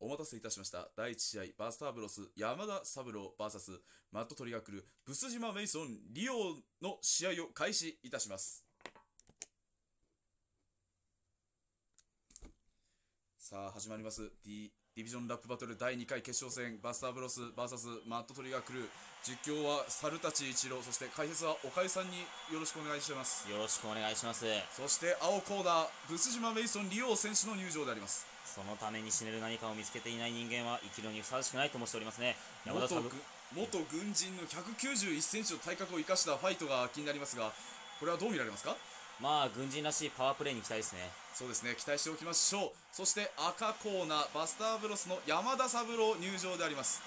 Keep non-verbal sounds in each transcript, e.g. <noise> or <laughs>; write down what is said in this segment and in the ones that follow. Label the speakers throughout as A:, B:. A: お待たせいたしました。第1試合、バースターブロス、山田三郎 VS、マットトリガークル、ブス島メイソン、リオの試合を開始いたします。さあ、始まります。D ディビジョンラップバトル第2回決勝戦、バースターブロス VS マットトリガークルー、実況は猿立一郎、そして解説はおかゆさんによろしくお願いします。
B: よろしくお願いします
A: そして青コーナー、ブス島メイソン・リオ選手の入場であります。
B: そのために死ねる何かを見つけていない人間は生きるのにふさわしくないと申しておりますね山
A: 元
B: 田さん
A: 軍元軍人の191センチの体格を生かしたファイトが気になりますが、これはどう見られますか
B: まあ軍人らしいパワープレイに期待ですね
A: そうですね、期待しておきましょう。そして赤コーナー、バスターブロスの山田三郎入場であります。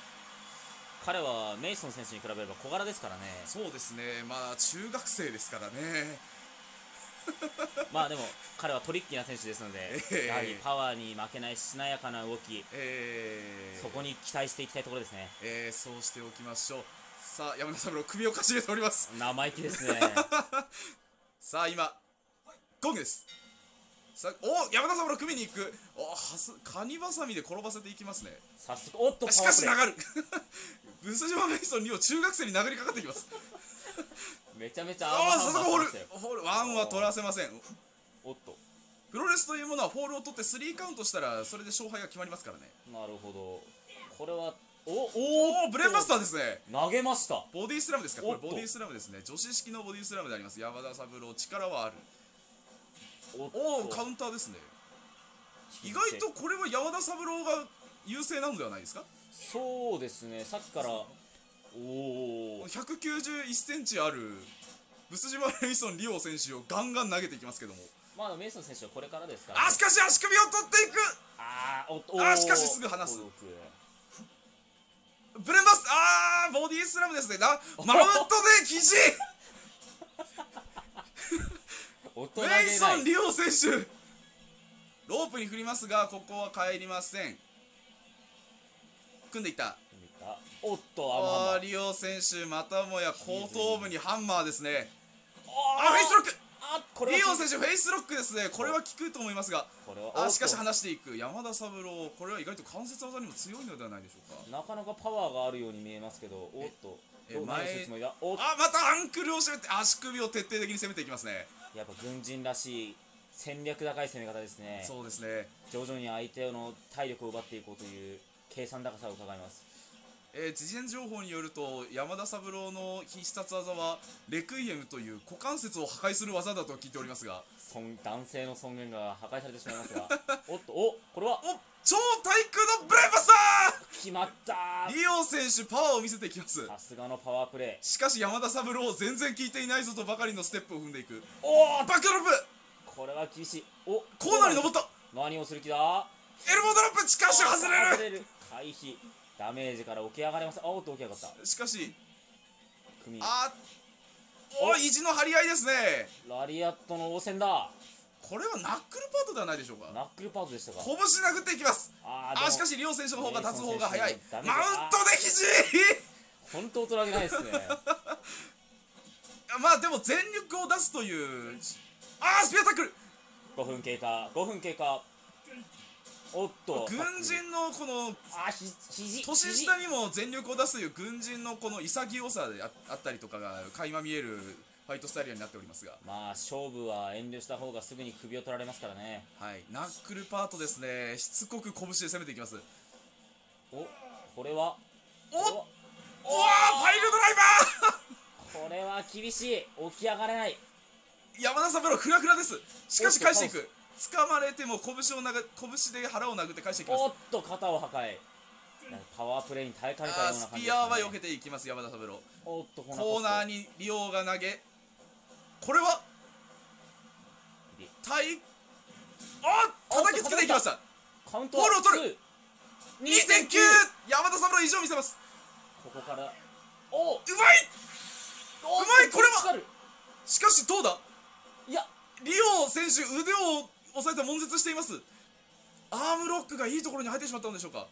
B: 彼はメイソン選手に比べれば小柄ですからね
A: そうですね、まあ中学生ですからね。
B: まあでも彼はトリッキーな選手ですので
A: ええ
B: やはりパワーに負けないしなやかな動き
A: えー、
B: そこに期待していきたいところですね
A: えー、そうしておきましょう。さあ、山田三郎、首をかしげております。
B: 生意気です
A: <laughs>
B: ね
A: さあ今ゴングですさあお山田さんの組に行くおはすカニバサミで転ばせていきますね
B: 早速おっとパワープレイ
A: しかし流る <laughs> ブス島メイソンにを中学生に殴りかかってきます
B: めちゃめちゃ
A: ああ
B: アー
A: さす
B: マ
A: が
B: ー
A: ホー
B: ハ
A: ル
B: ンされてましたよ
A: ホールワンは取らせません
B: おっと
A: プロレスというものはホールを取ってスリーカウントしたらそれで勝敗が決まりますからね
B: なるほどこれはお
A: おおブレーンバスタ
B: ー
A: ーですね
B: 投げました
A: ボディスラムですかこ
B: お
A: れ
B: っと
A: ボディスラムですね女子式のボディスラムであります山田三郎力はある
B: おっと
A: おおカウンターですね意外とこれは山田三郎が優勢なのではないですか
B: そうですねさっきからおお
A: 191センチあるブス島レイソン・リオ選手をガンガン投げていきますけども
B: まあメイソン選手はこれからですからね、
A: あしかし足首を取っていく
B: あーおっと
A: あしかしすぐ離す
B: おっと
A: ブレンバスあーボディスラムですねな
B: <laughs>
A: マウントで肘
B: 大人げな
A: レイソン・
B: い
A: リオ選手ロープに振りますがここは帰りません組んでいった
B: あおっとアムハ
A: あ
B: ンマ
A: ー
B: ー
A: リオ選手またもや後頭部にハンマーですね
B: あ
A: あフェイスロック
B: あこれ
A: リ
B: は
A: オ選手フェイスロックですねこれは効くと思いますが
B: これはおっ
A: あ
B: と
A: しかし離していく山田三郎これは意外と関節技にも強いのではないでしょうか
B: なかなかパワーがあるように見えますけどおっと
A: え
B: どう
A: 前
B: 何をするつもりだおっと
A: あまたアンクルを締めて足首を徹底的に攻めていきますね
B: やっぱ軍人らしい戦略高い攻め方ですね
A: そうですね、
B: 徐々に相手の体力を奪っていこうという計算高さを伺います
A: えー事前情報によると山田三郎の必殺技はレクイエムという股関節を破壊する技だと聞いておりますが
B: 尊男性の尊厳が破壊されてしまいますがおっとおこれは
A: お超対空のブレイバスタ
B: 決まった
A: ーリオ選手パワーを見せていきます
B: ーさすがのパワープレイ
A: しかし山田三郎全然効いていないぞとばかりのステップを踏んでいく
B: おお
A: バックドロップ
B: これは厳しいお
A: コーナーに登った
B: 何をする気だ
A: エルボードロップしかし外れる
B: 外れる回避ダメージから起き上がりますあおっと起き上がった
A: しかし
B: 組
A: あおお
B: お
A: 意地の張り合いですね
B: ラリアットの応戦だ
A: これはナックルパートではないでしょうか
B: ナックルパートでしたか
A: 拳殴っていきます
B: あーでも
A: あしかしリオ選手の方が立つ方が早い
B: リオ選手の
A: マウ
B: 方
A: ン
B: がダメだ
A: トで肘
B: 本当大人げないですね <laughs>
A: まあでも全力を出すというあースピアタックル
B: 5分経過5分経過おっと
A: 軍人のこの
B: あひ肘
A: 年
B: 肘
A: 下にも全力を出すという軍人のこの潔さでああったりとかが垣間見えるファイトスタイルになっておりますが
B: まあ勝負は遠慮した方がすぐに首を取られますからね
A: はいナックルパートですねしつこく拳で攻めていきます
B: おこれは
A: お
B: お
A: おおわーパイルドライバー <laughs>
B: これは厳しい起き上がれない
A: 山田三郎フラフラですしかし返してい
B: お
A: く掴まれても拳をなが拳で腹を殴って返していきます
B: おっと肩を破壊パワープレイに耐えかねたよ
A: あ
B: うな
A: ース
B: 感じ
A: ピアーは
B: ですね
A: 避けていきます山田三郎
B: おっとこ
A: コーナー
B: に
A: にリオが投げこれは
B: リ
A: 対おっ叩きつけていきました
B: カウント
A: ボールを取る
B: 2.9
A: 2.9山田三郎以上見せます
B: ここからおう
A: うまいまいこれはしかしどうだ
B: いや
A: リオ選手腕を押さえて悶絶していますアームロックがいいところに入ってしまったんでしょうか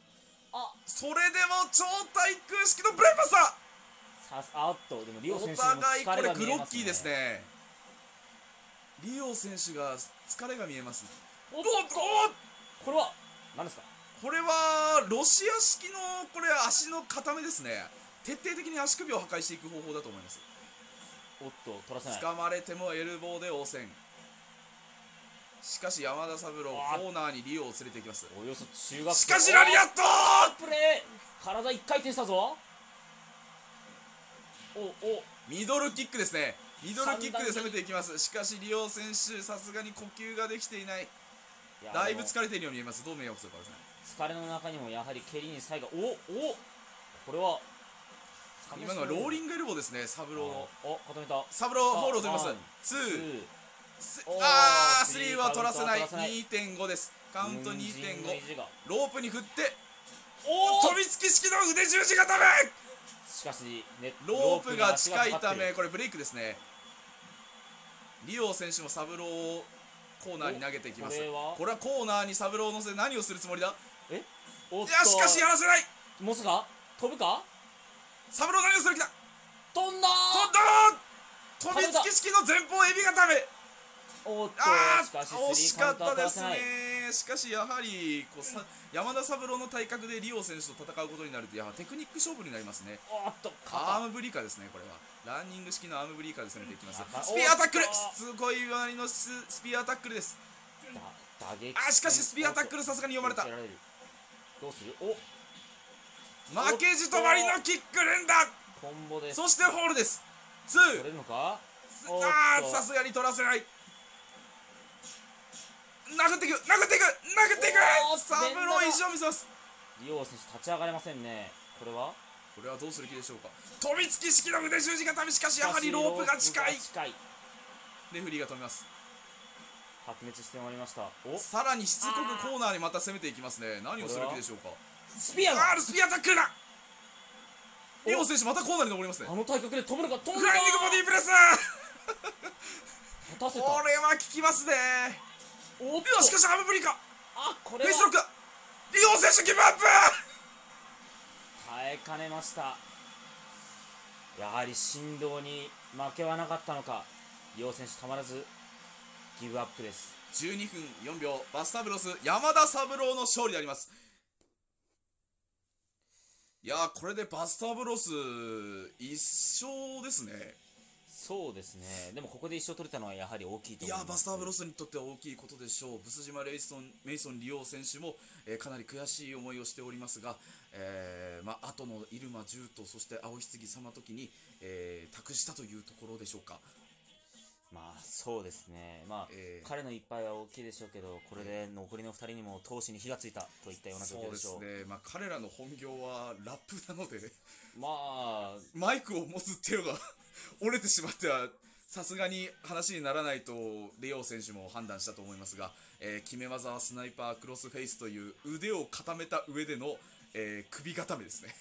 B: あ
A: それでも超対空式のブレイパスだ
B: さすあっとでもリオ
A: お
B: 選手の
A: 互いこ
B: 疲れ
A: れ
B: が
A: グ
B: 見え
A: ロ
B: ま
A: ッ
B: す
A: キ
B: ね
A: ーですねリオ選手が疲れが見えます
B: お
A: お
B: っ
A: っ
B: と
A: おっ
B: これは何ですか
A: これはロシア式のこれ足の固めですね徹底的に足首を破壊していく方法だと思います
B: おっと取らせない
A: 掴まれてもエルボーで応戦しかし山田三郎
B: あ
A: コーナーにリオを連れていきます
B: およそ中学
A: しかしラリアット
B: おプレー体一回転したぞおお
A: ミドルキックですねミドルキックで攻めていきますしかしリオ選手さすがに呼吸ができていない
B: いや
A: だいぶ
B: でも
A: 疲れているように見えますどう目をするかですね
B: 疲れの中にもやはり蹴りに最後おおこれは
A: 今のはローリ
B: グ
A: ングエルボーですね三郎の
B: お固めた
A: サブローフォールを取り
B: ワ
A: ま
B: ン
A: す
B: ツ
A: 2
B: ー
A: ス
B: おー
A: あー
B: スリー
A: 3は取らせない
B: カウントは取らせない
A: 2.5ですカウント
B: ニンジンの意
A: 2.5
B: 地が
A: ロープに振って
B: お
A: 飛びつき式の腕十字固め
B: しかし、ね、
A: ロープが近いた
B: ロープに足がかかって
A: め
B: る
A: これブレイクですねリオ選手もサブローをコーナーに投げていきます
B: おこれは
A: これはコーナーにサブローを乗せ何をするつもりだい
B: おっと
A: やしかしやらせない
B: 持つか飛ぶか
A: サブロー何をする気だ
B: 飛んだ
A: 飛んだー飛びつき式の前方エビ固め
B: おっと
A: あー
B: しかし
A: 惜し
B: スリーカ
A: か
B: ウン
A: っ
B: ト
A: たで
B: は取らせ
A: す
B: ない
A: ねしかしやはりこうさ山田三郎の体格でリオ選手と戦うことになるとやはりテクニック勝負になりますね
B: おっと
A: アー
B: 肩
A: ムブリーカーですねこれはランニング式のアームブリーカーで攻めていきます
B: ああ
A: スピアタックル
B: おっと
A: すごい割のススピアタックルです
B: だ打撃
A: あしかしスピアタックルさすがに読まれた
B: 受けらるどうするお
A: 負けじとまりのキック連打
B: コンボで
A: そしてホールですツ
B: 取
A: ー
B: れるのかおっと
A: あーさすがに取らせない殴っていく殴っていく殴ってい
B: お
A: く
B: ー
A: サブロー
B: 連打だ
A: 意地を見せます
B: リオ選手立ち上がれませんねこれは
A: これはどうする気でしょうか飛びつき式の腕十字固めしかしやはりロープが近い
B: ロープが近い
A: レフェリーが止めます
B: 白熱してまいりましたお
A: さらにしつこくコーナーにまた攻めていきますね何をする気でしょうか
B: スピアが
A: あースピアタックルだリオ選手またコーナーに登りますね
B: あの体格で飛ぶのか飛
A: フ
B: ぶの
A: ラ
B: か
A: イングボディープレス
B: 立たせ
A: こ
B: た
A: れは効きますね
B: おっ
A: いや
B: と
A: しかしアームブリーカー
B: あこれ
A: フェイ
B: は
A: スロックだリオ選手ギブアップ
B: 耐えかねましたやはり振動に負けはなかったのかリオ選手たまらずギブアップです
A: 12分4秒バスタブロス山田三郎の勝利でありますいやーこれでバスタブロス一勝ですね
B: そうですねでもここで一勝取れたのはやはり大きいと
A: い
B: 思
A: や
B: い
A: ー
B: ます
A: バスターブロスにとっては大きいことでしょう、ブス島レイソンメイソン・リオ選手も、えーかなり悔しい思いをしておりますが、えーまあ後の入間柔とそして青棺様時に、えー託したというところでしょうか、
B: まあそうですねまあ、
A: えー
B: 彼の一敗は大きいでしょうけどこれで残りの2人にも闘志に火がついたといったような状
A: そう
B: 況
A: で
B: でしょ
A: す
B: う
A: ね、まあ、彼らの本業はラップなので、
B: まあ
A: マイクを持つ手が <laughs> 折れてしまっては、さすがに話にならないと、レオ選手も判断したと思いますが、えー決め技はスナイパークロスフェイスという腕を固めた上での、えー首固めですね。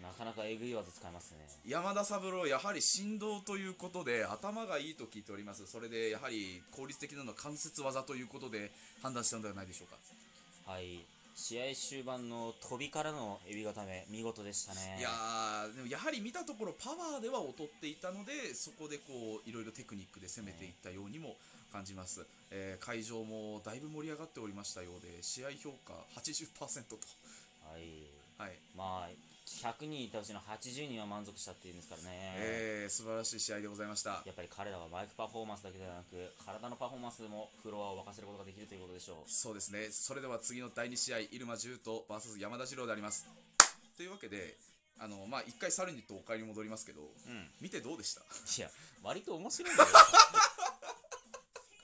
B: なかなかえぐい技使いますね
A: 山田三郎、やはり振動ということで頭がいいと聞いております、それでやはり効率的なのは関節技ということで判断したのではないでしょうか。
B: はい試合終盤の飛びからのエビ固め見事でしたね
A: いやーでもやはり見たところパワーでは劣っていたのでそこでこういろいろテクニックで攻めていったようにも感じます、えー会場もだいぶ盛り上がっておりましたようで試合評価80%と、
B: はい
A: はい
B: まあ、100人いたうちの80人は満足したっていうんですからね、
A: えー素晴らしい試合でございました
B: やっぱり彼らはマイクパフォーマンスだけではなく、体のパフォーマンスでもフロアを沸かせることができるということでしょう。
A: そうですねそれでは次の第2試合入間柔と VS 山田二郎でありますというわけであのまあ一回サルにとお帰りに戻りますけど
B: うん、い
A: 見てどうでした
B: や、割と面白いんだよ。 <laughs>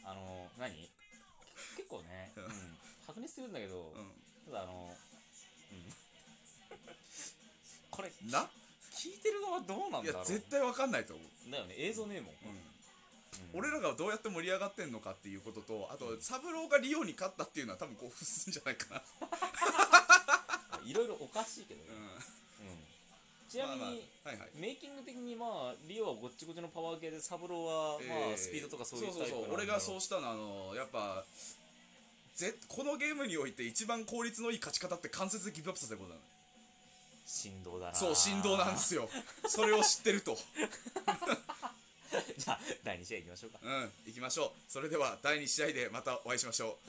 B: あの、何結構ね、うん、白熱するんだけど、
A: う
B: ただあの、うん。これ、
A: んな
B: 聞いてる側どうなん
A: い
B: だ
A: や
B: ろう
A: 絶対わかんないと思う
B: だよね、映像ねえもん。うん
A: 俺らがどうやって盛り上がってんのかっていうこととあと三郎がリオに勝ったっていうのは多分興奮するんじゃないかな、
B: いろいろおかしいけどね。うんちなみに、
A: まあまあはいはい
B: メイキング的にまあリオはごっちごちのパワー系でサブローはま
A: え
B: あ
A: ー
B: スピードとかそういう
A: そう
B: タイプ
A: そう
B: なんだろ
A: そう俺がそうしたのはあのやっぱぜこのゲームにおいて一番効率のいい勝ち方って関節でギブアップさせることなの
B: 振動だな
A: そう振動なんですよそれを知ってると
B: <laughs> じゃあ第2試合いきましょうか
A: うん行きましょうそれでは第2試合でまたお会いしましょう